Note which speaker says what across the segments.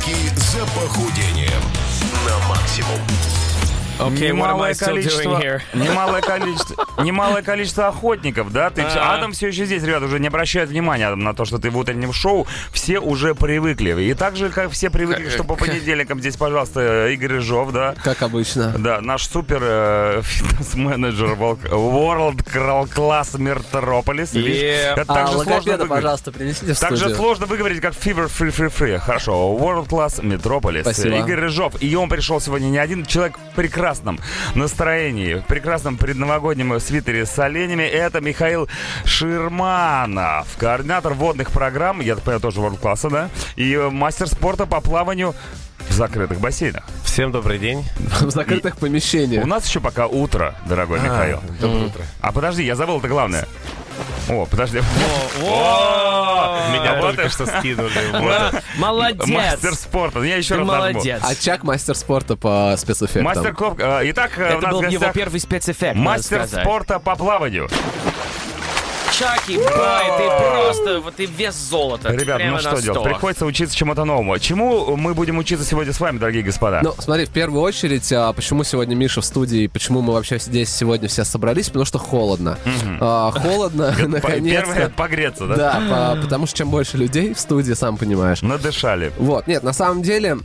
Speaker 1: за похудением на максимум.
Speaker 2: Okay, what am I
Speaker 3: немалое
Speaker 2: still
Speaker 3: количество,
Speaker 2: doing here?
Speaker 3: немалое количество, немалое количество охотников, да? Ты, всё-
Speaker 2: Ага.
Speaker 3: Адам все еще здесь, ребят, уже не обращают внимания Адам, на то, что ты в утреннем шоу. Все уже привыкли. И так же, как все привыкли, что по понедельникам здесь, пожалуйста, Игорь Ижов, да?
Speaker 4: Как обычно.
Speaker 3: Да, наш супер э, фитнес-менеджер вол- World Class Мертрополис. видишь?
Speaker 2: Yeah.
Speaker 3: Это так
Speaker 4: А
Speaker 3: же сложно
Speaker 4: логопеда,
Speaker 3: выговорить.
Speaker 4: пожалуйста, принесите в
Speaker 3: Так же
Speaker 4: студию.
Speaker 3: сложно выговорить, как Fever Free Free Free. Хорошо, World Class Metropolis.
Speaker 4: Спасибо.
Speaker 3: Игорь Рыжов. И он пришел сегодня не один человек в прекрасном настроении, в прекрасном предновогоднем свитере с оленями. Это Михаил Ширманов, координатор водных программ, я так понимаю, тоже World Class, да? И э, мастер спорта по плаванию в закрытых бассейнах.
Speaker 5: Всем добрый день.
Speaker 4: В закрытых
Speaker 3: У
Speaker 4: помещениях.
Speaker 3: нас еще пока утро, дорогой
Speaker 4: А,
Speaker 3: Михаил.
Speaker 5: Доброе утро.
Speaker 3: А подожди, я забыл это главное. О, подожди.
Speaker 5: Меня
Speaker 3: вот
Speaker 5: только
Speaker 3: это-
Speaker 5: что скинули. Вот.
Speaker 2: Молодец.
Speaker 3: Мастер спорта. А Я еще
Speaker 2: Ты
Speaker 3: раз нажму.
Speaker 2: молодец.
Speaker 4: Очаг А мастер спорта по спецэффектам.
Speaker 3: Мастер Коп. э, Итак, э, у
Speaker 2: Это
Speaker 3: нас в
Speaker 2: был его
Speaker 3: гостях
Speaker 2: первый спецэффект, надо
Speaker 3: мастер
Speaker 2: сказать.
Speaker 3: спорта по плаванию.
Speaker 2: Чаки, бой, ты просто, вот ты вес золота. ты
Speaker 3: Ребят,
Speaker 2: прямо на
Speaker 3: ну что делать?
Speaker 2: 100.
Speaker 3: Приходится учиться чему-то новому. Чему мы будем учиться сегодня с вами, дорогие господа?
Speaker 4: Ну, смотри, в первую очередь, а, почему сегодня Миша в студии, и почему мы вообще здесь сегодня все собрались, потому что холодно. А, холодно,
Speaker 3: По- Первое
Speaker 4: наконец-то.
Speaker 3: погреться, да?
Speaker 4: Да, по- потому что чем больше людей в студии, сам понимаешь.
Speaker 3: Надышали.
Speaker 4: Вот, нет, на самом деле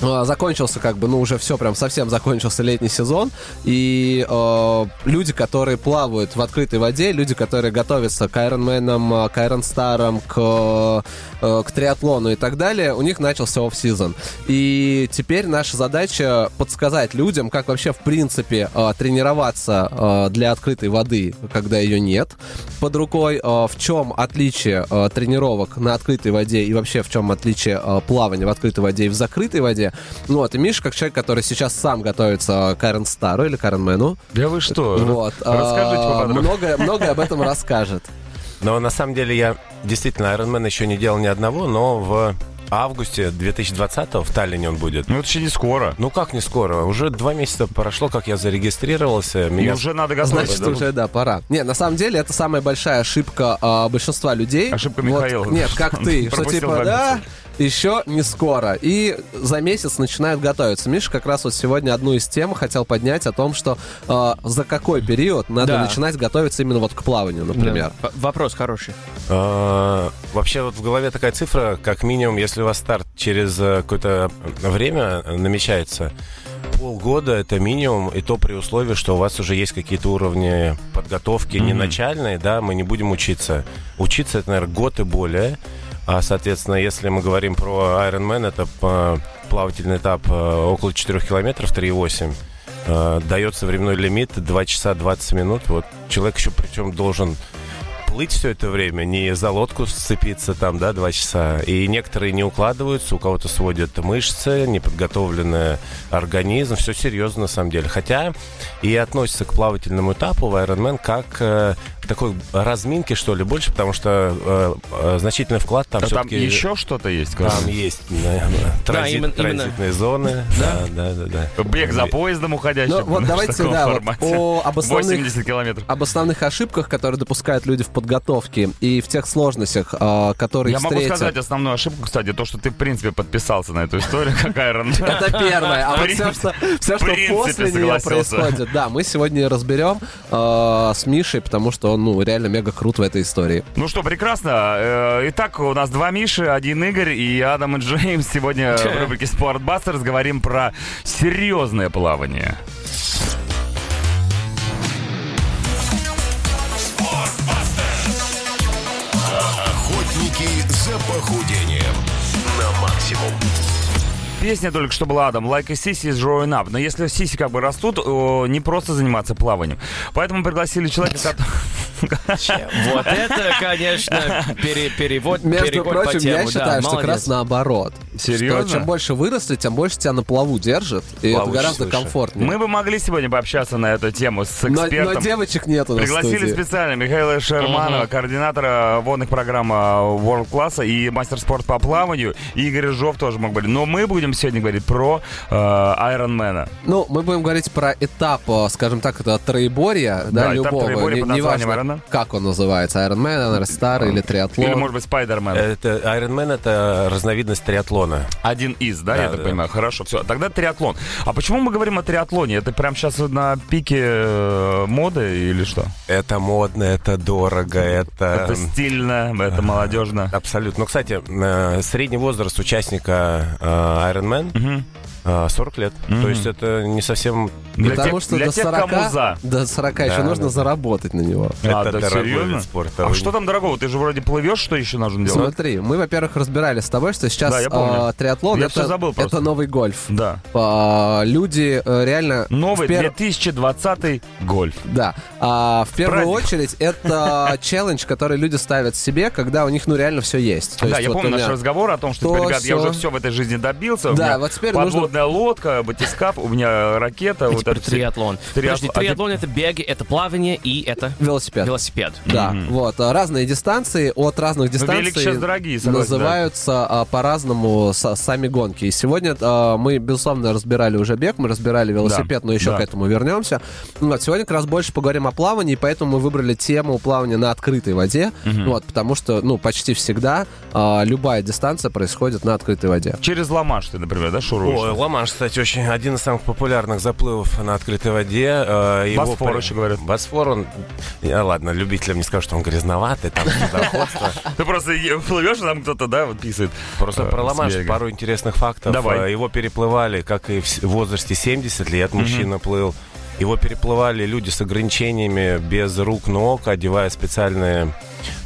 Speaker 4: э, закончился как бы, ну уже все прям совсем закончился летний сезон и э, люди, которые плавают в открытой воде, люди, которые готовятся к Айронменам, э, к Айронстарам, к э, э, к триатлону и так далее, у них начался офф-сезон. И теперь наша задача э, подсказать людям, как вообще в принципе э, тренироваться э, для открытой воды, когда ее нет под рукой, э, в чем отличие э, тренировок на открытой воде и вообще в чем отличие э, плавания в открытой воде и в закрытой воде. Ну вот, и Миша, как человек, который сейчас сам готовится к Карен Стару или Карен Мэну,
Speaker 3: Да вы что?
Speaker 4: вот,
Speaker 3: Расскажите
Speaker 4: э,
Speaker 3: поподробнее.
Speaker 4: многое, многое об этом расскажет.
Speaker 5: Но на самом деле я действительно Ironman еще не делал ни одного, но в августе 2020 в Таллине он будет.
Speaker 3: Ну, это еще не скоро.
Speaker 5: Ну как не скоро? Уже два месяца прошло, как я зарегистрировался.
Speaker 3: И
Speaker 5: Меня
Speaker 3: уже надо
Speaker 4: Значит,
Speaker 3: готовиться. да? А
Speaker 4: уже, да, пора. Не, на самом деле, это самая большая ошибка а, большинства людей.
Speaker 3: Ошибка
Speaker 4: Вот,
Speaker 3: Михаила.
Speaker 4: нет, как ты, что
Speaker 3: Пропустил
Speaker 4: типа,
Speaker 3: два
Speaker 4: да, еще не скоро. И за месяц начинают готовиться. Миша как раз вот сегодня одну из тем хотел поднять о том, что а, за какой период надо
Speaker 2: Да.
Speaker 4: начинать готовиться именно вот к плаванию, например.
Speaker 2: Да. В- Вопрос хороший.
Speaker 5: Э, Вообще вот в голове такая цифра, как минимум, если у вас старт через э, какое-то время намечается, полгода это минимум, и то при условии, что у вас уже есть какие-то уровни подготовки не начальные, да, мы не будем учиться. Учиться это, наверное, год и более. А, соответственно, если мы говорим про Ironman, это э, плавательный этап э, около 4 километров, 3,8. Э, Дается временной лимит 2 часа 20 минут. Вот человек еще причем должен плыть все это время, не за лодку сцепиться там, да, два часа. И некоторые не укладываются, у кого-то сводят мышцы, неподготовленный организм, все серьезно на самом деле. Хотя и относится к плавательному этапу в Ironman как э, к такой разминке, что ли, больше, потому что э, э, значительный вклад там
Speaker 3: А Там
Speaker 5: все-таки...
Speaker 3: еще что-то есть?
Speaker 5: Там есть наверное, транзит-
Speaker 2: именно- именно.
Speaker 5: транзитные зоны. Да, да, да, да.
Speaker 3: Бег за поездом уходящим.
Speaker 4: Ну, вот
Speaker 3: в
Speaker 4: давайте,
Speaker 3: таком
Speaker 4: да, вот
Speaker 3: формате.
Speaker 4: о- об основных
Speaker 3: 80 километров.
Speaker 4: об основных ошибках, которые допускают люди в подготовке и в тех сложностях, а, которые
Speaker 3: Я могу
Speaker 4: встретят.
Speaker 3: сказать основную ошибку, кстати, то, что ты, в принципе, подписался на эту историю, как Iron Man.
Speaker 4: Это первое. А
Speaker 3: В
Speaker 4: вот все, что, всё,
Speaker 3: в
Speaker 4: что
Speaker 3: принципе,
Speaker 4: после нее
Speaker 3: согласился.
Speaker 4: происходит, да, мы сегодня разберем э, с Мишей, потому что он, ну, реально мега крут в этой истории.
Speaker 3: Ну что, прекрасно. Э, Итак, у нас два Миши, один Игорь и Адам и Джеймс. Сегодня в рубрике «Спортбастерс» говорим про серьезное плавание.
Speaker 1: Охотники за похудением на максимум.
Speaker 3: Песня только что была, Адам, «Like a sissy is growing up». Но если сиси как бы растут, о, не просто заниматься плаванием. Поэтому пригласили человека, который...
Speaker 2: Вот это, конечно, пере- перевод,
Speaker 4: Между
Speaker 2: переход по
Speaker 4: прочим,
Speaker 2: теме.
Speaker 4: я
Speaker 2: да,
Speaker 4: считаю, что как
Speaker 2: молодец.
Speaker 4: раз наоборот.
Speaker 3: Серьезно?
Speaker 4: Что чем больше выросли, тем больше тебя на плаву держит, и это
Speaker 5: Плавучий,
Speaker 4: гораздо
Speaker 5: слушай.
Speaker 4: комфортнее.
Speaker 3: Мы бы могли сегодня пообщаться на эту тему с
Speaker 4: но, но
Speaker 3: экспертом.
Speaker 4: девочек нету на
Speaker 3: Пригласили
Speaker 4: студии.
Speaker 3: специально Михаила Шерманова, координатора водных программ а, World Class и мастер спорт по плаванию. И Игорь Жов тоже мог говорить. Но мы будем сегодня говорить про э, Айронмена.
Speaker 4: Ну, мы будем говорить про этап, э, скажем так, это троеборья,
Speaker 3: Да,
Speaker 4: да,
Speaker 3: этап
Speaker 4: любого,
Speaker 3: троеборья
Speaker 4: не-
Speaker 3: под названием
Speaker 4: неважно,
Speaker 3: Ironman. Айронмена?
Speaker 4: Как он называется? Iron Man, Iron Star или триатлон?
Speaker 3: Или, может быть, Спайдермена?
Speaker 5: Э, Это Ironman это разновидность триатлона.
Speaker 3: Один из, да,
Speaker 5: Да,
Speaker 3: я так
Speaker 5: да.
Speaker 3: понимаю. Хорошо, все. Тогда триатлон. А почему мы говорим о триатлоне? Это прям сейчас на пике э, моды или что?
Speaker 5: Это модно, это дорого, это...
Speaker 3: Это стильно, это молодежно.
Speaker 5: Абсолютно. Ну, кстати, э, средний возраст участника э, Ironman
Speaker 3: Мгм.
Speaker 5: э, 40 лет. То есть это не совсем...
Speaker 3: Для
Speaker 4: Потому
Speaker 3: тех-
Speaker 4: что
Speaker 3: для
Speaker 4: до
Speaker 3: тех,
Speaker 4: 40,
Speaker 3: кому за.
Speaker 4: до 40 еще
Speaker 5: Да, да,
Speaker 4: нужно
Speaker 5: да.
Speaker 4: заработать на него.
Speaker 3: А,
Speaker 5: это
Speaker 3: да,
Speaker 5: дорогой
Speaker 3: серьезно?
Speaker 5: вид спорта.
Speaker 3: А
Speaker 5: Вы-
Speaker 3: что там дорогого? Ты же вроде плывешь, что еще нужно делать?
Speaker 4: Смотри, мы, во-первых, разбирались с тобой, что сейчас
Speaker 3: Да, я помню.
Speaker 4: э, триатлон
Speaker 3: Я
Speaker 4: это,
Speaker 3: всё забыл просто.
Speaker 4: это новый гольф.
Speaker 3: Да.
Speaker 4: А, люди э, реально...
Speaker 3: Новый
Speaker 4: в пер-
Speaker 3: 2020 гольф.
Speaker 4: Да. А, в первую
Speaker 3: Праздник.
Speaker 4: очередь, это челлендж, который люди ставят себе, когда у них ну реально все есть. То
Speaker 3: да,
Speaker 4: есть
Speaker 3: я
Speaker 4: вот
Speaker 3: помню
Speaker 4: у меня-
Speaker 3: наш разговор о том, что,
Speaker 4: То,
Speaker 3: типа, ребят, я
Speaker 4: сё.
Speaker 3: уже все в этой жизни добился. у
Speaker 4: Да,
Speaker 3: меня
Speaker 4: вот теперь нужно-
Speaker 3: подводная лодка, батискаф, у меня ракета.
Speaker 2: И
Speaker 3: вот
Speaker 2: теперь
Speaker 3: это всё.
Speaker 2: триатлон. Подожди,
Speaker 3: Триатлон. А
Speaker 2: триатлон это бег, это плавание и это
Speaker 4: Велосипед.
Speaker 2: велосипед.
Speaker 4: Да, вот. а, Разные дистанции от разных дистанций
Speaker 3: велики щас Ну, дорогие, согласен,
Speaker 4: называются а, по-разному са- сами гонки. И сегодня а, мы, безусловно, разбирали уже бег, мы разбирали велосипед, но еще
Speaker 3: да.
Speaker 4: к этому вернемся. Ну, Вот, сегодня как раз больше поговорим о плавании, поэтому мы выбрали тему плавания на открытой воде. Вот, потому что, ну, почти всегда а, любая дистанция происходит на открытой воде.
Speaker 3: Через Ламаш ты, например, да, шуруешь?
Speaker 5: Ой, Ла-Манш, кстати, очень один из самых популярных заплывов на открытой воде. Э, его
Speaker 3: Босфор
Speaker 5: при-
Speaker 3: еще говорят.
Speaker 5: Босфор, он... Я, ладно, любителям не скажу, что он грязноватый, там судоходство.
Speaker 3: Ты просто е- плывешь, и там кто-то, да, вот писает.
Speaker 5: Просто
Speaker 3: Э,
Speaker 5: про
Speaker 3: с
Speaker 5: Ла-Манш
Speaker 3: берега.
Speaker 5: пару интересных фактов.
Speaker 3: Давай.
Speaker 5: Э, Его переплывали, как и в с- в возрасте 70 лет мужчина плыл. Его переплывали люди с ограничениями без рук, ног, одевая специальные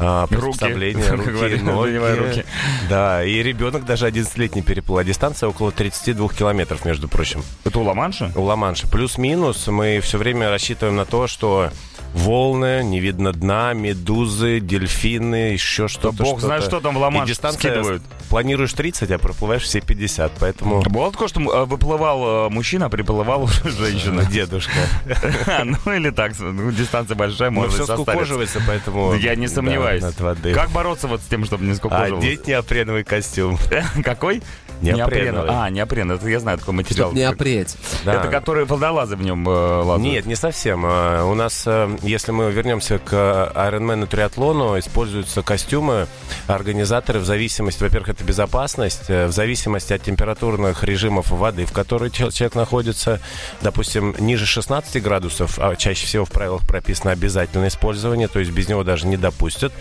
Speaker 5: а, приспособления,
Speaker 3: как
Speaker 5: руки,
Speaker 3: говорили, надевая
Speaker 5: ноги.
Speaker 3: руки.
Speaker 5: Да, и ребенок даже 11-летний переплыл. А дистанция около 32 километров, между прочим.
Speaker 3: Это у Ла-Манша?
Speaker 5: У Ла-Манша. Плюс-минус мы все время рассчитываем на то, что волны, не видно дна, медузы, дельфины, еще что-то.
Speaker 3: бог знает, что там в Ла-Манш
Speaker 5: И дистанция
Speaker 3: скидывают.
Speaker 5: Планируешь 30, а проплываешь все 50, поэтому...
Speaker 3: Было такое, что э, выплывал э, мужчина, а приплывал уже женщина.
Speaker 5: Дедушка.
Speaker 3: А, Ну или так, ну, дистанция большая,
Speaker 5: Но
Speaker 3: может
Speaker 5: все
Speaker 3: быть, состарится.
Speaker 5: скукоживается, поэтому...
Speaker 3: Я не
Speaker 5: да,
Speaker 3: сомневаюсь.
Speaker 5: от воды.
Speaker 3: Как бороться вот с тем, чтобы не
Speaker 4: А,
Speaker 3: скукожилось?
Speaker 5: Одеть неопреновый костюм.
Speaker 3: Какой?
Speaker 5: Неопреновый.
Speaker 3: А, неопрен. Это я знаю такой материал.
Speaker 4: Чтоб не опреть.
Speaker 5: Да.
Speaker 3: Это который водолазы в нем э, лазают.
Speaker 5: Нет, не совсем. А, У нас, э, если мы вернемся к э, Ironman и триатлону, используются костюмы организаторы в зависимости, во-первых, это безопасность, э, в зависимости от температурных режимов воды, в которой чел- человек находится, допустим, ниже 16 градусов, а чаще всего в правилах прописано обязательное использование, то есть без него даже не допустят.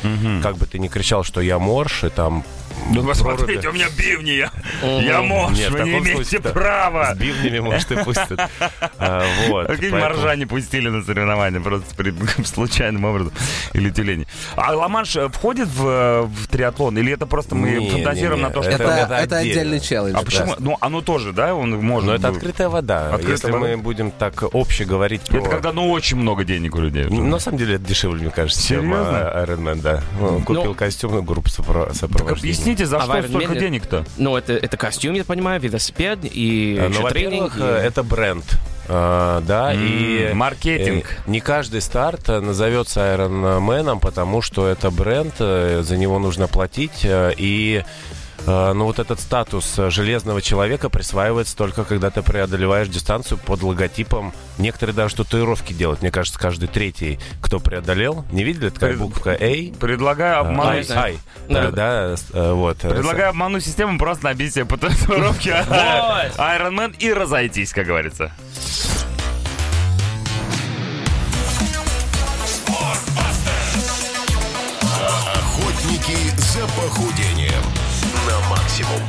Speaker 5: Как бы ты ни кричал, что я морж, и там... м,
Speaker 3: Ну,
Speaker 5: проруби.
Speaker 3: посмотрите, у меня бивни, я, я морж,
Speaker 5: Нет, в
Speaker 3: вы не
Speaker 5: таком
Speaker 3: имеете
Speaker 5: случае, да.
Speaker 3: права.
Speaker 5: С бивнями, может, и пустят. А, Вот.
Speaker 3: Какие
Speaker 5: поэтому-
Speaker 3: моржа не пустили на соревнования просто при- случайным образом. Или тюлени. А Ламанш э, входит в, э, в триатлон? Или это просто мы
Speaker 5: Не,
Speaker 3: фантазируем
Speaker 5: не,
Speaker 3: на то, что...
Speaker 5: Это-
Speaker 4: Это,
Speaker 5: это
Speaker 4: это
Speaker 5: отдельно.
Speaker 4: отдельный челлендж.
Speaker 3: А
Speaker 4: да.
Speaker 3: почему? Ну, оно тоже, да? Он может...
Speaker 5: Но Ну, это
Speaker 3: быть.
Speaker 5: открытая вода.
Speaker 3: Открытая
Speaker 5: Если
Speaker 3: вода.
Speaker 5: мы будем так обще говорить про...
Speaker 3: Это когда, ну, очень много денег у людей.
Speaker 5: Ну, На самом деле это дешевле, мне кажется, чем
Speaker 3: Серьезно?
Speaker 5: а, Iron Man, да. Ну, Купил костюм и группу сопро-
Speaker 3: Так
Speaker 5: сопровождения.
Speaker 3: объясните, за
Speaker 2: А в
Speaker 3: что
Speaker 2: Iron
Speaker 3: столько
Speaker 2: Man-
Speaker 3: денег-то?
Speaker 2: Ну, это, это костюм, я понимаю, велосипед и
Speaker 5: Э,
Speaker 2: еще
Speaker 5: Ну,
Speaker 2: тренинг.
Speaker 5: во-первых,
Speaker 2: и-
Speaker 5: э, это бренд, А, да,
Speaker 3: М-м.
Speaker 5: и...
Speaker 3: М, маркетинг.
Speaker 5: э, Не каждый старт э, назовется Iron Man, потому что это бренд, э, за него нужно платить, э, и... э, Ну, вот этот статус э, железного человека присваивается только, когда ты преодолеваешь дистанцию под логотипом. Некоторые даже татуировки делают. Мне кажется, каждый третий, кто преодолел, не видели? Такая
Speaker 3: Пред-
Speaker 5: буква «Эй».
Speaker 3: Предлагаю
Speaker 5: Ай,
Speaker 3: обмануть...
Speaker 2: знаю.
Speaker 5: ай. Да,
Speaker 2: Да.
Speaker 5: да, с- э, вот.
Speaker 3: Предлагаю обмануть систему, просто набить себе по татуировке
Speaker 2: Вот.
Speaker 3: Iron Man и разойтись, как говорится.
Speaker 1: Охотники за похудением. На максимум.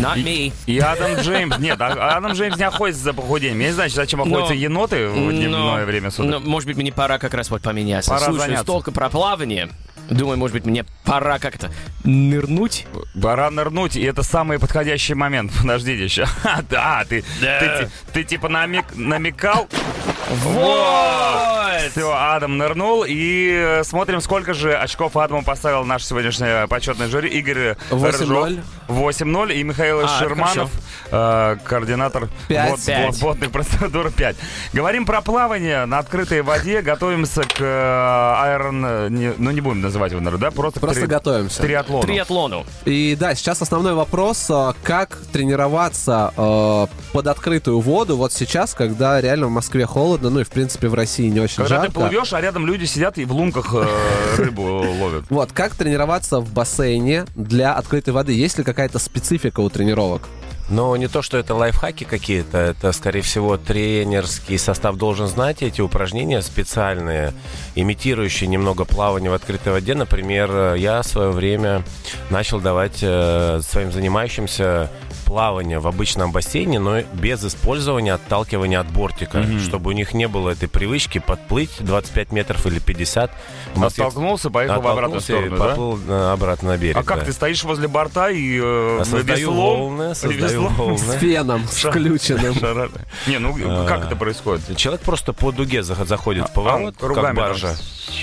Speaker 2: Not me.
Speaker 3: э, И Адам Джеймс, нет, а- Адам Джеймс не охотится за похудением. Я не знаю, зачем охотятся
Speaker 2: Но-
Speaker 3: еноты в дневное
Speaker 2: Но-
Speaker 3: время суток.
Speaker 2: но, может быть, мне пора как раз вот поменяться.
Speaker 3: Пора
Speaker 2: Слушаю
Speaker 3: заняться.
Speaker 2: столько про плавание. Думаю, может быть, мне пора как-то нырнуть.
Speaker 3: Пора нырнуть, и это самый подходящий момент. Подождите еще. А, да, ты, ты, ти- ты типа намек- намекал.
Speaker 2: Вот!
Speaker 3: Все, Адам нырнул, и э, смотрим, сколько же очков Адаму поставил наш сегодняшний э, почетный жюри. Игорь
Speaker 4: 8:0.
Speaker 3: Рыжов. 8-0. И Михаил
Speaker 2: А,
Speaker 3: Шерманов, э, координатор
Speaker 4: Пять.
Speaker 3: вод-
Speaker 2: Пять.
Speaker 3: вод- водных процедур 5. Говорим про плавание на открытой воде, готовимся к Айрон... Ну, не будем называть его, наверное, да? Просто, к
Speaker 4: Просто
Speaker 3: три-
Speaker 4: готовимся.
Speaker 3: триатлону.
Speaker 2: Триатлону.
Speaker 4: И да, сейчас основной вопрос, а, как тренироваться а, э, под открытую воду вот сейчас, когда реально в Москве холодно, ну и в принципе в России не очень
Speaker 3: Когда ты
Speaker 4: жарко.
Speaker 3: плывешь, а рядом люди сидят и в лунках э, рыбу ловят.
Speaker 4: Вот, как тренироваться в бассейне для открытой воды? Есть ли какая-то специфика у тренировок?
Speaker 5: Но не то, что это лайфхаки какие-то, это, скорее всего, тренерский состав должен знать эти упражнения специальные, имитирующие немного плавание в открытой воде. Например, э, я в свое время начал давать э, своим занимающимся плавание в обычном бассейне, но без использования отталкивания от бортика, чтобы у них не было этой привычки подплыть 25 метров или 50.
Speaker 3: А
Speaker 5: У нас есть-
Speaker 3: Оттолкнулся, поехал в обратную
Speaker 5: Оттолкнулся и
Speaker 3: сторону, да?
Speaker 5: поплыл э, обратно на берег.
Speaker 3: А как
Speaker 5: да.
Speaker 3: ты стоишь возле борта и э,
Speaker 5: А Создаю
Speaker 3: веслом?
Speaker 5: волны, создаю
Speaker 3: веслом
Speaker 5: волны.
Speaker 4: С феном, с включенным.
Speaker 3: шарашишь? Не, ну как
Speaker 5: А.
Speaker 3: это происходит?
Speaker 5: Человек просто по дуге зах- заходит в
Speaker 3: А он
Speaker 5: поворот,
Speaker 3: кругами
Speaker 5: как баржа.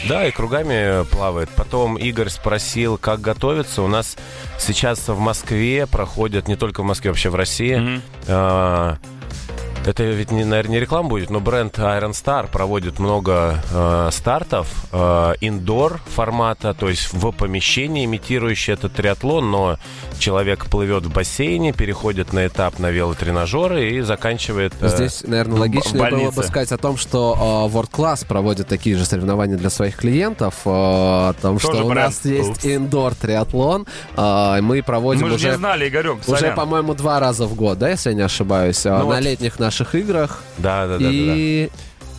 Speaker 5: Да, и кругами плавает. Потом Игорь спросил, как готовиться. У нас сейчас в Москве проходят, не только в Москве, вообще в России. а, это ведь, не, наверное, не реклама будет, но бренд Iron Star проводит много э, стартов а, индор формата, то есть в помещении, имитирующий этот триатлон, но человек плывет в бассейне, переходит на этап на велотренажеры и заканчивает... э,
Speaker 4: Здесь, наверное, логично было
Speaker 3: больнице.
Speaker 4: бы сказать о том, что э, World Class проводит такие же соревнования для своих клиентов, э, о том,
Speaker 3: Тоже
Speaker 4: что у
Speaker 3: бренд.
Speaker 4: нас есть
Speaker 3: Упс.
Speaker 4: индор триатлон, э, и мы проводим
Speaker 3: Мы же не
Speaker 4: уже,
Speaker 3: знали, Игорек,
Speaker 4: уже,
Speaker 3: сорян.
Speaker 4: по-моему, два раза в год, да, если я не ошибаюсь, э,
Speaker 3: Ну
Speaker 4: на
Speaker 5: вот.
Speaker 4: летних наших играх.
Speaker 5: Да, да, да, да, да.
Speaker 4: и...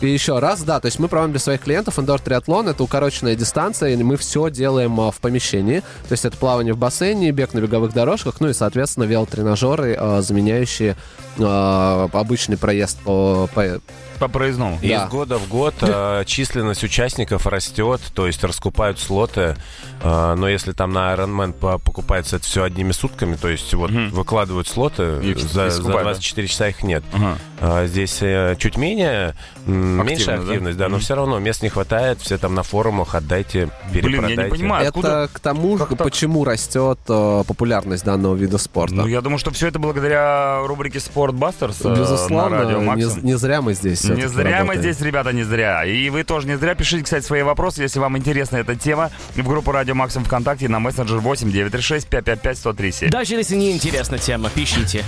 Speaker 4: и еще раз, да, то есть мы проводим для своих клиентов индор-триатлон, это укороченная дистанция, и мы все делаем а, в помещении, то есть это плавание в бассейне, бег на беговых дорожках, ну и, соответственно, велотренажеры, а, заменяющие а, обычный проезд по... по-
Speaker 3: По проездному.
Speaker 5: И
Speaker 4: Да.
Speaker 5: Из года в год э, численность участников растет, то есть раскупают слоты. Э, но если там на Ironman по- покупается это все одними сутками, то есть вот выкладывают слоты, э,
Speaker 3: И
Speaker 5: за,
Speaker 3: и
Speaker 5: за
Speaker 3: скупают, да?
Speaker 5: 24 часа их нет.
Speaker 3: Ага.
Speaker 5: А здесь э, чуть менее, м, меньше
Speaker 3: Активно, да?
Speaker 5: активность, да, но все равно мест не хватает, все там на форумах отдайте, перепродайте.
Speaker 3: Блин, я не понимаю, откуда...
Speaker 4: Это к тому,
Speaker 3: как так?
Speaker 4: почему растет а, популярность данного вида спорта.
Speaker 3: Ну, я думаю, что все это благодаря рубрике «Спортбастерс» э, на радио
Speaker 4: Безусловно, не,
Speaker 3: «Максимум».
Speaker 4: з- не зря мы здесь.
Speaker 3: Не
Speaker 4: всё-таки
Speaker 3: зря мы
Speaker 4: работаем.
Speaker 3: здесь, ребята, не зря. И вы тоже не зря. Пишите, кстати, свои вопросы, если вам интересна эта тема, в группу Радио Максим ВКонтакте и на мессенджер 8 936 555 1037.
Speaker 2: Даже если не интересна тема, пишите.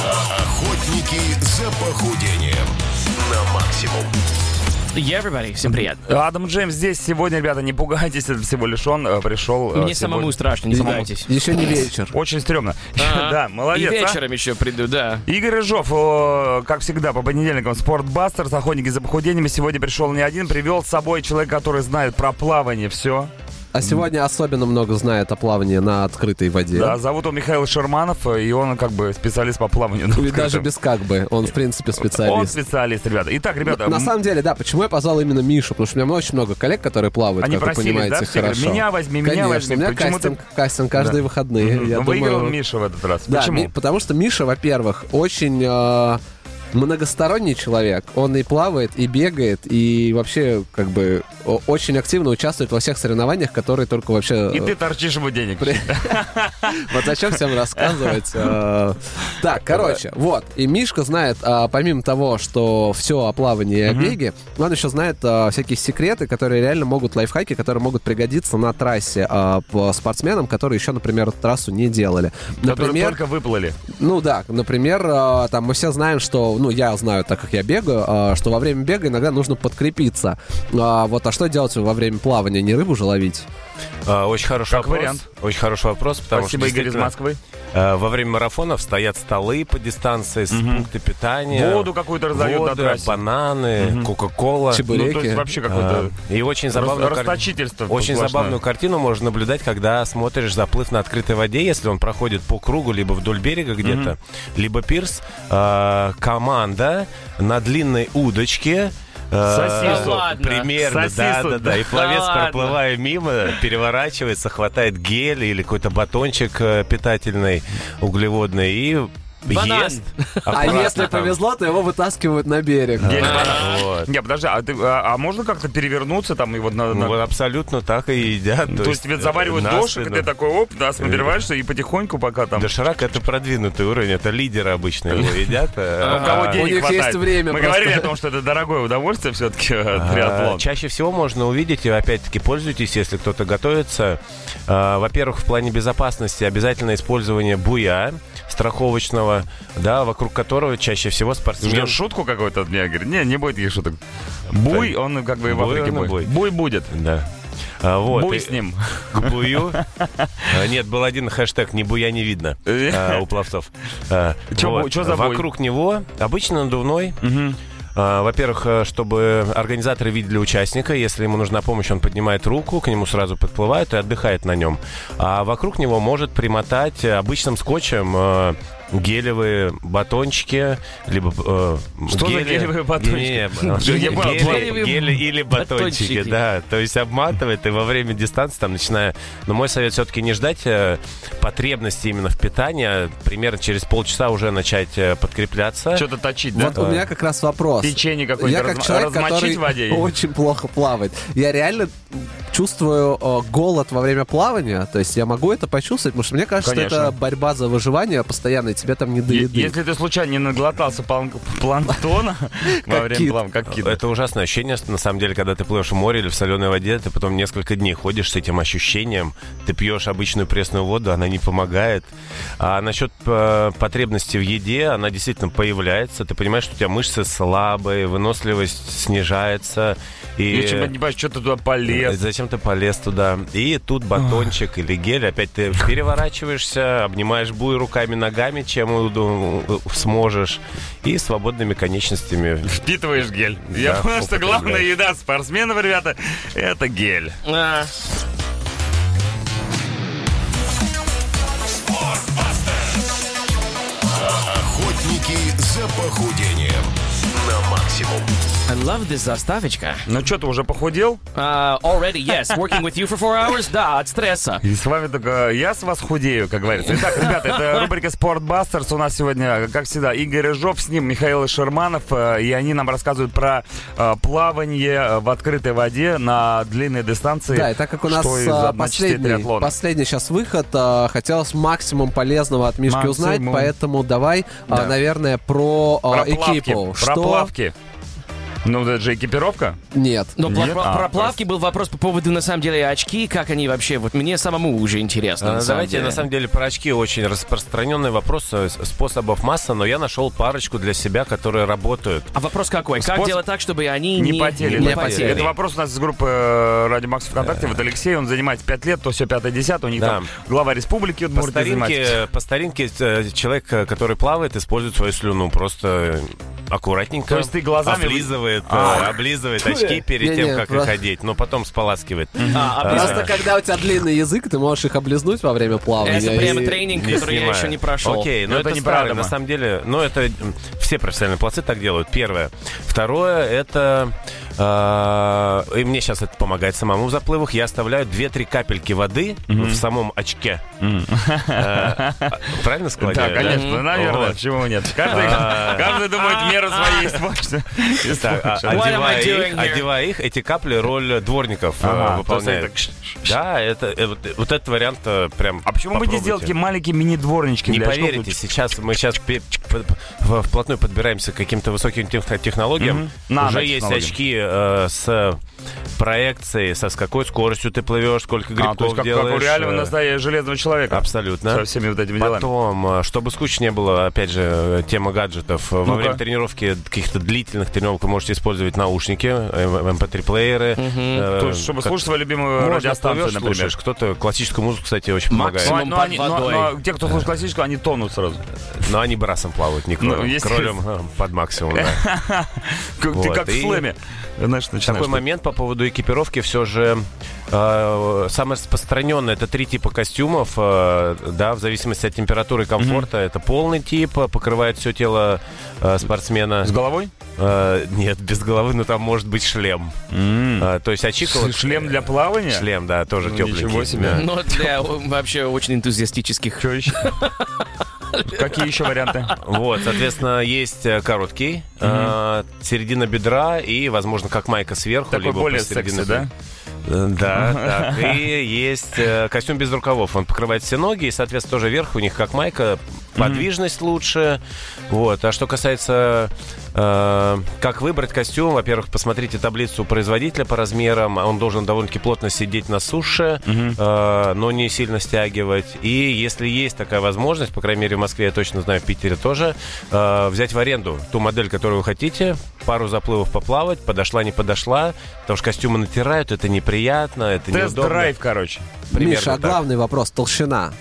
Speaker 1: Охотники за похудением. На максимум.
Speaker 2: Yeah, everybody, всем приятно.
Speaker 3: Адам Джеймс здесь сегодня, ребята, не пугайтесь, это всего лишь он э, пришел. э,
Speaker 2: Мне
Speaker 3: сегодня.
Speaker 2: самому страшно, не
Speaker 3: Самому.
Speaker 2: пугайтесь.
Speaker 4: Еще не вечер.
Speaker 3: Очень стрёмно.
Speaker 2: Ага.
Speaker 3: Да, молодец.
Speaker 2: И
Speaker 3: а.
Speaker 2: вечером еще приду, да.
Speaker 3: Игорь Рыжов, э, как всегда, по понедельникам Спортбастер, охотники за похудениями. Сегодня пришел не один, привел с собой человека, который знает про плавание все.
Speaker 4: А сегодня особенно много знает о плавании на открытой воде.
Speaker 3: Да, зовут его Михаил Шерманов, э, и он как бы специалист по плаванию. на
Speaker 4: Или
Speaker 3: открытом.
Speaker 4: даже без как бы. Он, в принципе,
Speaker 3: Он
Speaker 4: специалист. Ну,
Speaker 3: специалист, ребята. Итак, ребята,
Speaker 4: На
Speaker 3: м,
Speaker 4: самом деле, да, почему я позвал именно Мишу? Потому что у меня очень много коллег, которые плавают,
Speaker 3: Они
Speaker 4: как вы
Speaker 3: просили,
Speaker 4: понимаете,
Speaker 3: да, все говорят,
Speaker 4: хорошо.
Speaker 3: «Меня возьми, меня
Speaker 4: Конечно,
Speaker 3: возьми».
Speaker 4: У меня
Speaker 3: Почему ты-
Speaker 4: кастинг, кастинг каждые выходные.
Speaker 3: ну,
Speaker 4: Я
Speaker 3: выиграл
Speaker 4: думаю,
Speaker 3: Миша в этот раз.
Speaker 4: Да, Ми-
Speaker 3: Почему?
Speaker 4: потому что Миша, во-первых, очень э, многосторонний человек. Он и плавает, и бегает, и вообще, как бы, о- очень активно участвует во всех соревнованиях, которые только вообще...
Speaker 3: И
Speaker 4: э,
Speaker 3: ты торчишь ему денег.
Speaker 4: Вот зачем всем рассказывать? э, Так, короче, вот. И Мишка знает, а, помимо того, что все о плавании и о беге, он еще знает а, всякие секреты, которые реально могут, лайфхаки, которые могут пригодиться на трассе а, п- спортсменам, которые еще, например, эту трассу не делали.
Speaker 3: Которые
Speaker 4: Например,
Speaker 3: только выплыли.
Speaker 4: ну да, например, э, там мы все знаем, что, ну я знаю, так как я бегаю, э, что во время бега иногда нужно подкрепиться. А Вот, а что делать во время плавания? Не рыбу же ловить?
Speaker 5: А, Очень хороший
Speaker 3: Как
Speaker 5: вопрос.
Speaker 3: вариант.
Speaker 5: Очень хороший вопрос, потому
Speaker 3: Спасибо,
Speaker 5: что
Speaker 3: Игорь из
Speaker 5: действительно,
Speaker 3: Москвы.
Speaker 5: э, во время марафонов стоят столы по дистанции, с пункты питания.
Speaker 3: Воду какую-то раздают на
Speaker 5: воды,
Speaker 3: трассе.
Speaker 5: бананы, кока-кола.
Speaker 4: Чебу-
Speaker 3: Ну, то
Speaker 4: Реки.
Speaker 3: есть вообще
Speaker 5: А,
Speaker 3: какой-то...
Speaker 5: И очень забавную,
Speaker 3: Рас-
Speaker 5: кар-
Speaker 3: расточительство
Speaker 5: очень
Speaker 3: сплошное.
Speaker 5: забавную картину можно наблюдать, когда смотришь заплыв на открытой воде, если он проходит по кругу, либо вдоль берега где-то, либо пирс. а, команда на длинной удочке. а,
Speaker 3: Сосису.
Speaker 2: Да ладно.
Speaker 5: Примерно, да,
Speaker 3: Сосису,
Speaker 5: да, да. И
Speaker 3: да
Speaker 5: пловец,
Speaker 2: ладно.
Speaker 5: проплывая мимо, переворачивается, хватает гель или какой-то батончик э, питательный, углеводный, и
Speaker 2: Банан.
Speaker 5: ест.
Speaker 4: А
Speaker 5: аккуратно
Speaker 4: если
Speaker 5: там.
Speaker 4: повезло, то его вытаскивают на берег.
Speaker 5: А.
Speaker 3: Гель.
Speaker 5: Вот.
Speaker 3: Не, подожди, а, ты- а- а можно как-то перевернуться там и вот на... на-
Speaker 5: Ну, вот абсолютно так и едят. э,
Speaker 3: То есть тебе заваривают дошик, и ты такой, оп, да, сперваешься, и потихоньку пока там...
Speaker 5: Доширак — это продвинутый уровень, это лидеры обычно его едят.
Speaker 3: У кого
Speaker 5: а,
Speaker 3: денег
Speaker 4: них есть
Speaker 3: хватает.
Speaker 4: время
Speaker 3: Мы
Speaker 4: просто.
Speaker 3: говорили о том, что это дорогое удовольствие все-таки
Speaker 5: а,
Speaker 3: триатлон.
Speaker 5: Чаще всего можно увидеть, и опять-таки пользуйтесь, если кто-то готовится. А, Во-первых, в плане безопасности обязательно использование буя страховочного главного, да, вокруг которого чаще всего спортсмен.
Speaker 3: Ждешь шутку какую-то от меня? Говорит, не, не будет никаких шуток. Буй, он как бы и в
Speaker 5: Буй,
Speaker 3: Африке
Speaker 5: он и
Speaker 3: буй.
Speaker 5: буй.
Speaker 3: Буй будет.
Speaker 5: Да. А, вот,
Speaker 3: Буй
Speaker 5: и
Speaker 3: с ним.
Speaker 5: К бую. А, Нет, был один хэштег «Не буя не видно»
Speaker 3: Э,
Speaker 5: а, у пловцов. А,
Speaker 3: Чё
Speaker 5: вот.
Speaker 3: бу- чё за буй?
Speaker 5: Вокруг него обычно надувной. А, Во-первых, э, чтобы организаторы видели участника, если ему нужна помощь, он поднимает руку, к нему сразу подплывают и отдыхает на нем. А вокруг него может примотать э, обычным скотчем э, гелевые батончики, либо... э,
Speaker 3: Что за гелевые батончики?
Speaker 5: Не-не-не,
Speaker 3: Я
Speaker 5: гели-
Speaker 3: понял,
Speaker 5: гели-
Speaker 2: плавал.
Speaker 5: гели или батончики,
Speaker 2: Батончики.
Speaker 5: да. Да, А, то есть обматывает и во время дистанции там начиная. Но мой совет все-таки не ждать э, потребности именно в питании, а примерно через полчаса уже начать э, подкрепляться.
Speaker 3: Что-то точить, да?
Speaker 4: Вот у меня как раз вопрос.
Speaker 3: Печенье какое-то
Speaker 4: Я как
Speaker 3: разма-
Speaker 4: человек,
Speaker 3: размочить
Speaker 4: который
Speaker 3: в воде?
Speaker 4: очень плохо плавает. Я реально чувствую э, голод во время плавания. То есть я могу это почувствовать, потому что мне кажется, что
Speaker 3: Конечно.
Speaker 4: это борьба за выживание постоянная, тебе там не до
Speaker 3: Е-
Speaker 4: еды.
Speaker 3: Если ты случайно не наглотался план- планктона во
Speaker 4: Как кит.
Speaker 3: время плавания, как кит.
Speaker 5: Это ужасное ощущение, на самом деле, когда ты плывешь в море или в соленой воде, ты потом несколько дней ходишь с этим ощущением, ты пьешь обычную пресную воду, она не помогает. А насчет э, потребности в еде, она действительно появляется, ты понимаешь, что у тебя мышцы слабые, выносливость снижается. И...
Speaker 3: Я чё-то не понимаю, что ты туда
Speaker 5: Э,
Speaker 3: полез.
Speaker 5: Зачем ты полез туда? И тут батончик или гель. Опять ты переворачиваешься, обнимаешь буй руками, ногами, чем уду- сможешь. И свободными конечностями.
Speaker 3: Впитываешь гель. Я
Speaker 5: Да,
Speaker 3: понял, что
Speaker 5: употребляешь.
Speaker 3: главная еда спортсменов, ребята, это гель.
Speaker 2: А,
Speaker 1: Охотники за похудением на максимум.
Speaker 2: I love this заставочка.
Speaker 3: Ну что, ты уже похудел?
Speaker 2: А, already, yes. Working with you for four hours. Да, от стресса.
Speaker 3: И с вами только я с вас худею, как говорится. Итак, ребята, это рубрика «Спортбастерс». У нас сегодня, как всегда, Игорь Рыжов, с ним Михаил Шерманов. э, И они нам рассказывают про э, плавание в открытой воде на длинной дистанции.
Speaker 4: Да, и так как у нас
Speaker 3: что из
Speaker 4: а,
Speaker 3: одной части
Speaker 4: последний,
Speaker 3: триатлона.
Speaker 4: последний сейчас выход, а, хотелось максимум полезного от Мишки узнать,
Speaker 3: Максимум.
Speaker 4: поэтому давай, а,
Speaker 3: Да.
Speaker 4: наверное, про, а,
Speaker 3: Про плавки,
Speaker 4: экипу.
Speaker 3: Про
Speaker 4: Что?
Speaker 3: плавки. Ну, это же экипировка.
Speaker 4: Нет.
Speaker 2: Но
Speaker 3: Нет?
Speaker 2: про,
Speaker 3: А,
Speaker 2: про плавки был вопрос по поводу, на самом деле, очки, как они вообще, вот мне самому уже интересно,
Speaker 5: А,
Speaker 2: на самом
Speaker 5: Давайте,
Speaker 2: деле.
Speaker 5: на самом деле, про очки очень распространенный вопрос э, с- способов масса, но я нашел парочку для себя, которые работают.
Speaker 2: А вопрос какой? Как
Speaker 3: Способ-
Speaker 2: делать так, чтобы они
Speaker 3: Не,
Speaker 2: не,
Speaker 3: потели.
Speaker 2: не
Speaker 3: да?
Speaker 2: потели?
Speaker 3: Это вопрос у нас из группы э, Радио Макс ВКонтакте. Вот Алексей, он занимает 5 лет, то все 5-10. У них
Speaker 5: Да.
Speaker 3: там глава республики
Speaker 5: По
Speaker 3: Удмуртии занимается.
Speaker 5: старинке, по старинке э, человек, э, который плавает, использует свою слюну просто э, аккуратненько.
Speaker 3: То есть ты глазами-
Speaker 5: облизывает, э,
Speaker 3: А.
Speaker 5: облизывает очки перед
Speaker 4: Не-не,
Speaker 5: тем, как их
Speaker 4: просто-
Speaker 5: одеть, но потом споласкивает.
Speaker 2: А, а
Speaker 4: Просто когда у тебя длинный язык, ты можешь их облизнуть во время плавания.
Speaker 2: Это прямо
Speaker 4: и-
Speaker 2: тренинг,
Speaker 5: Не
Speaker 2: который я
Speaker 5: снимаю.
Speaker 2: еще не прошел.
Speaker 5: Окей, но
Speaker 3: Это
Speaker 5: это,
Speaker 3: не
Speaker 5: старый,
Speaker 3: Прадома.
Speaker 5: на самом деле. Ну, это м, все профессиональные пловцы так делают, первое. Второе, это... э, и мне сейчас это помогает самому в заплывах. Я оставляю 2-3 капельки воды в самом очке. Э, а, Правильно складываю?
Speaker 3: Да,
Speaker 5: да?
Speaker 3: конечно, наверное,
Speaker 5: Вот. А.
Speaker 3: почему нет. Каждый, каждый думает меры свои используют.
Speaker 5: Так, а-
Speaker 3: Используют.
Speaker 2: What am I
Speaker 5: одевая их,
Speaker 2: doing here?
Speaker 5: одевая их, эти капли роль дворников э,
Speaker 3: Ага, то
Speaker 5: выполняют.
Speaker 3: есть
Speaker 5: Да, это, э, вот, вот этот вариант э, прям
Speaker 3: А почему мы не
Speaker 5: попробуйте.
Speaker 3: сделали такие маленькие мини-дворнички?
Speaker 5: Не
Speaker 3: для очков?
Speaker 5: поверите, сейчас мы сейчас пе- п- п- в- вплотную подбираемся к каким-то высоким тех- технологиям.
Speaker 3: Мгм.
Speaker 5: Уже есть
Speaker 3: Нанотехнологии.
Speaker 5: очки э, с проекцией, со с какой скоростью ты плывешь, сколько
Speaker 3: А,
Speaker 5: грибков
Speaker 3: то есть как, как
Speaker 5: делаешь.
Speaker 3: у реального
Speaker 5: э,
Speaker 3: настоящего железного человека.
Speaker 5: Абсолютно.
Speaker 3: Со всеми вот этими делами.
Speaker 5: Потом, э, чтобы скучно не было, опять же, э, тема гаджетов. Э, Во
Speaker 3: Ну-ка.
Speaker 5: время тренировки, каких-то длительных тренировок, вы можете использовать наушники, э, эм, MP3-плееры. э,
Speaker 3: То есть, чтобы слушать свою любимую радиостанцию, например.
Speaker 5: слушаешь. Кто-то классическую музыку, кстати, очень помогает.
Speaker 2: Максимум.
Speaker 3: Ну, а- ну,
Speaker 2: под
Speaker 3: они- ну,
Speaker 2: водой.
Speaker 3: ну, а те, кто слушает классическую, они тонут сразу.
Speaker 5: Ну, Но они брасом плавают, не
Speaker 3: Ну,
Speaker 5: кролем.
Speaker 3: естественно.
Speaker 5: кролем э, под максимум, да.
Speaker 3: Как- Ты
Speaker 5: Вот,
Speaker 3: как в
Speaker 5: и-
Speaker 3: слэме. Знаешь,
Speaker 5: Такой
Speaker 3: начинаешь.
Speaker 5: момент по поводу экипировки все же э, самое распространенное это три типа костюмов, э, да, в зависимости от температур и комфорта. Это полный тип, э, покрывает все тело э, спортсмена.
Speaker 3: С головой?
Speaker 5: Э, нет, без головы, но там может быть шлем. Э, то есть очи
Speaker 3: Ш- Шлем для плавания?
Speaker 5: Шлем, да, тоже
Speaker 3: Ну,
Speaker 5: тепленький.
Speaker 3: ничего себе.
Speaker 5: Да.
Speaker 2: Ну, для э, вообще очень энтузиастических.
Speaker 3: Чё еще? Какие еще варианты?
Speaker 5: Вот, соответственно, есть э, короткий, э, середина бедра и, возможно, как майка сверху.
Speaker 3: Такой
Speaker 5: либо
Speaker 3: более
Speaker 5: посередине
Speaker 3: секси, да?
Speaker 5: Э, Да, так. И есть э, костюм без рукавов. Он покрывает все ноги, и, соответственно, тоже верх у них как майка. Подвижность лучше. Вот. А что касается Э, Как выбрать костюм? Во-первых, посмотрите таблицу производителя по размерам. Он должен довольно-таки плотно сидеть на суше, э, но не сильно стягивать. И если есть такая возможность, по крайней мере в Москве, я точно знаю, в Питере тоже, э, взять в аренду ту модель, которую вы хотите, пару заплывов поплавать, подошла, не подошла, потому что костюмы натирают, это неприятно, это неудобно.
Speaker 3: Тест-драйв, короче.
Speaker 5: Примерно
Speaker 4: Миша, а
Speaker 5: так.
Speaker 4: главный вопрос толщина.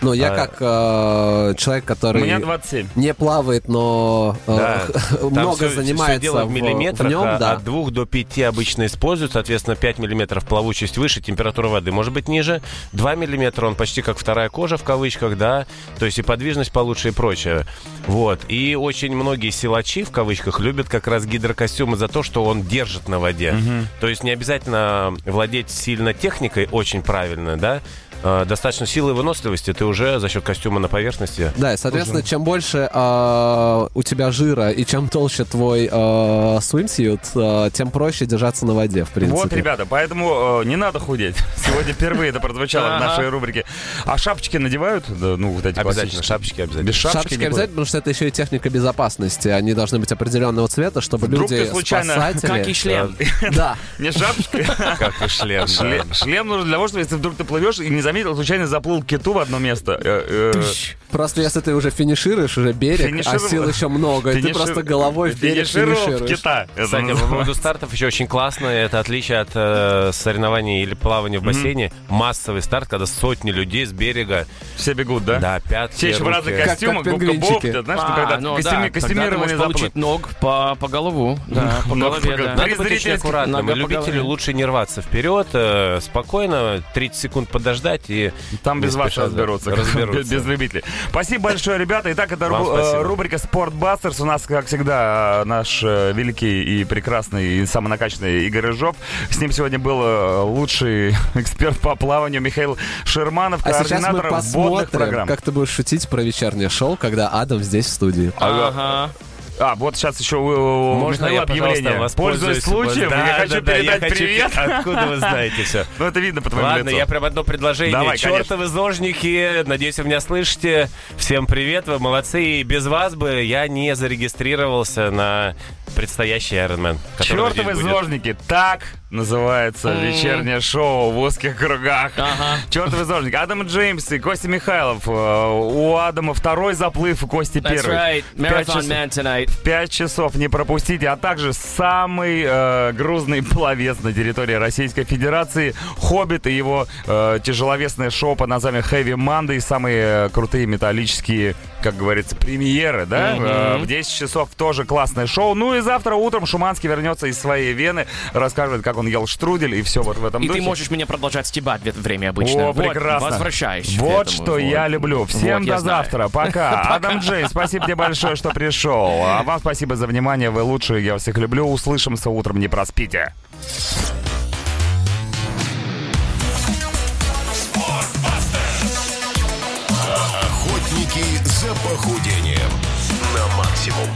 Speaker 4: Ну, я
Speaker 5: А.
Speaker 4: как э, человек,
Speaker 3: У
Speaker 4: который
Speaker 3: меня 27.
Speaker 4: не плавает, но э,
Speaker 5: Да, там
Speaker 4: много
Speaker 5: всё- всё
Speaker 4: занимается
Speaker 5: дело в
Speaker 4: в-
Speaker 5: миллиметрах,
Speaker 4: в нем,
Speaker 5: а
Speaker 4: да.
Speaker 5: от 2 до 5 обычно используют, соответственно, 5 миллиметров плавучесть выше, температура воды может быть ниже, 2 миллиметра он почти как вторая кожа в кавычках, да, то есть и подвижность получше и прочее. Вот, и очень многие силачи в кавычках любят как раз гидрокостюмы за то, что он держит на воде. То есть не обязательно владеть сильно техникой очень правильно, да, Э, достаточно силы и выносливости, ты уже за счет костюма на поверхности
Speaker 4: Да, и, соответственно, чем больше э, у тебя жира и чем толще твой э, свимсьют, э, тем проще держаться на воде, в принципе.
Speaker 3: Вот, ребята, поэтому э, не надо худеть. Сегодня впервые это прозвучало в
Speaker 2: Ага.
Speaker 3: нашей рубрике. А шапочки надевают? Да, Ну, вот эти
Speaker 5: обязательно,
Speaker 3: классические.
Speaker 5: шапочки обязательно.
Speaker 3: Без шапочки
Speaker 4: Шапочки
Speaker 3: никуда.
Speaker 4: обязательно, потому что это еще и техника безопасности. Они должны быть определенного цвета, чтобы
Speaker 3: Вдруг
Speaker 4: люди
Speaker 3: ты случайно-
Speaker 4: спасатели-
Speaker 2: Как и шлем.
Speaker 4: Да.
Speaker 3: Не шапочка,
Speaker 5: Как и шлем. да.
Speaker 3: шлем. Шлем нужен для того, чтобы если вдруг ты плывешь и не заметил, случайно заплыл киту в одно место. э, э,
Speaker 4: Просто если ты уже финишируешь, уже берег, а
Speaker 3: Финишировал-
Speaker 4: сил еще много, и ты
Speaker 3: финиши-
Speaker 4: просто головой в берег
Speaker 3: финишировал в
Speaker 4: финишируешь.
Speaker 3: кита. Это ну,
Speaker 5: Кстати, по
Speaker 3: называется.
Speaker 5: поводу стартов еще очень классно. Это отличие от э, соревнований или плавания в бассейне. Массовый старт, когда сотни людей с берега.
Speaker 3: Все бегут,
Speaker 5: Да,
Speaker 3: да?
Speaker 5: пятки,
Speaker 3: Все еще в
Speaker 5: руки.
Speaker 3: разных костюмах,
Speaker 4: как
Speaker 3: губка Боб,
Speaker 4: пингвинчики.
Speaker 3: ты знаешь, ну, когда
Speaker 2: А, ну
Speaker 3: костюми-
Speaker 2: да, тогда ты
Speaker 3: костюмированный
Speaker 2: можешь
Speaker 3: заплыв.
Speaker 2: получить ног по, по голову. Да, по
Speaker 3: Ног по
Speaker 2: голове, да.
Speaker 3: голове.
Speaker 5: Надо быть очень
Speaker 3: Зрительский-
Speaker 5: аккуратным.
Speaker 2: Нога
Speaker 5: И Любителю
Speaker 2: по голове.
Speaker 5: лучше не рваться вперед, э, спокойно, 30 секунд подождать и...
Speaker 3: Там
Speaker 5: не
Speaker 3: без вас
Speaker 5: спеша
Speaker 3: разберутся, как- без,
Speaker 5: Разберутся.
Speaker 3: без любителей. Спасибо большое, ребята. Итак, это
Speaker 5: Вам
Speaker 3: ру- э,
Speaker 5: спасибо.
Speaker 3: рубрика «Спортбастерс». У нас, как всегда, э, наш э, великий и прекрасный, и самый накачанный Игорь Рыжов. С ним сегодня был э, лучший эксперт по плаванию Михаил Шерманов,
Speaker 4: А сейчас мы
Speaker 3: координатор водных
Speaker 4: посмотрим,
Speaker 3: программ.
Speaker 4: как ты будешь шутить про вечернее шоу, когда Адам здесь в студии.
Speaker 2: Ага.
Speaker 3: А, вот сейчас еще у, у
Speaker 5: Можно
Speaker 3: Михаила
Speaker 5: я, пожалуйста,
Speaker 3: объявление. Пользуясь
Speaker 5: воспользуюсь
Speaker 3: случаем,
Speaker 5: Да,
Speaker 3: я хочу
Speaker 5: да, да, я
Speaker 3: передать
Speaker 5: хочу-
Speaker 3: привет.
Speaker 5: Откуда вы знаете все?
Speaker 3: Ну, это видно по твоему
Speaker 5: Ладно,
Speaker 3: лицу.
Speaker 5: я прям одно предложение.
Speaker 3: Давай,
Speaker 5: Чертовы зожники, надеюсь, вы меня слышите. Всем привет, вы молодцы. И без вас бы я не зарегистрировался на предстоящий Iron Man. который,
Speaker 3: Чертовы
Speaker 5: надеюсь, будет.
Speaker 3: зожники. Так называется вечернее шоу в узких кругах.
Speaker 2: Ага.
Speaker 3: Чертовы зожники. Адам Джеймс и Костя Михайлов. Э, У Адама второй заплыв, у Кости
Speaker 2: That's
Speaker 3: первый.
Speaker 2: right.
Speaker 3: В
Speaker 2: Marathon
Speaker 3: пять часов-
Speaker 2: man tonight.
Speaker 3: в пять часов не пропустите, а также самый э, грузный пловец на территории Российской Федерации Хоббит и его э, тяжеловесное шоу под названием Heavy Monday и самые э, крутые металлические, как говорится, премьеры, да? Э, в 10 часов тоже классное шоу. Ну и завтра утром Шуманский вернется из своей Вены, расскажет, как он ел штрудель и все вот в этом
Speaker 2: И
Speaker 3: духе.
Speaker 2: ты можешь меня продолжать стебать в это время обычно.
Speaker 3: О,
Speaker 2: Вот,
Speaker 3: прекрасно.
Speaker 2: Возвращаюсь. к
Speaker 3: Вот
Speaker 2: этому,
Speaker 3: что
Speaker 2: вот.
Speaker 3: я люблю. Всем
Speaker 2: Вот я
Speaker 3: до
Speaker 2: знаю.
Speaker 3: завтра. Пока. Адам Джейн, спасибо тебе большое, что пришел. А вам спасибо за внимание. Вы лучшие. Я всех люблю. Услышимся утром. Не проспите.
Speaker 1: Охотники за похудением на максимум.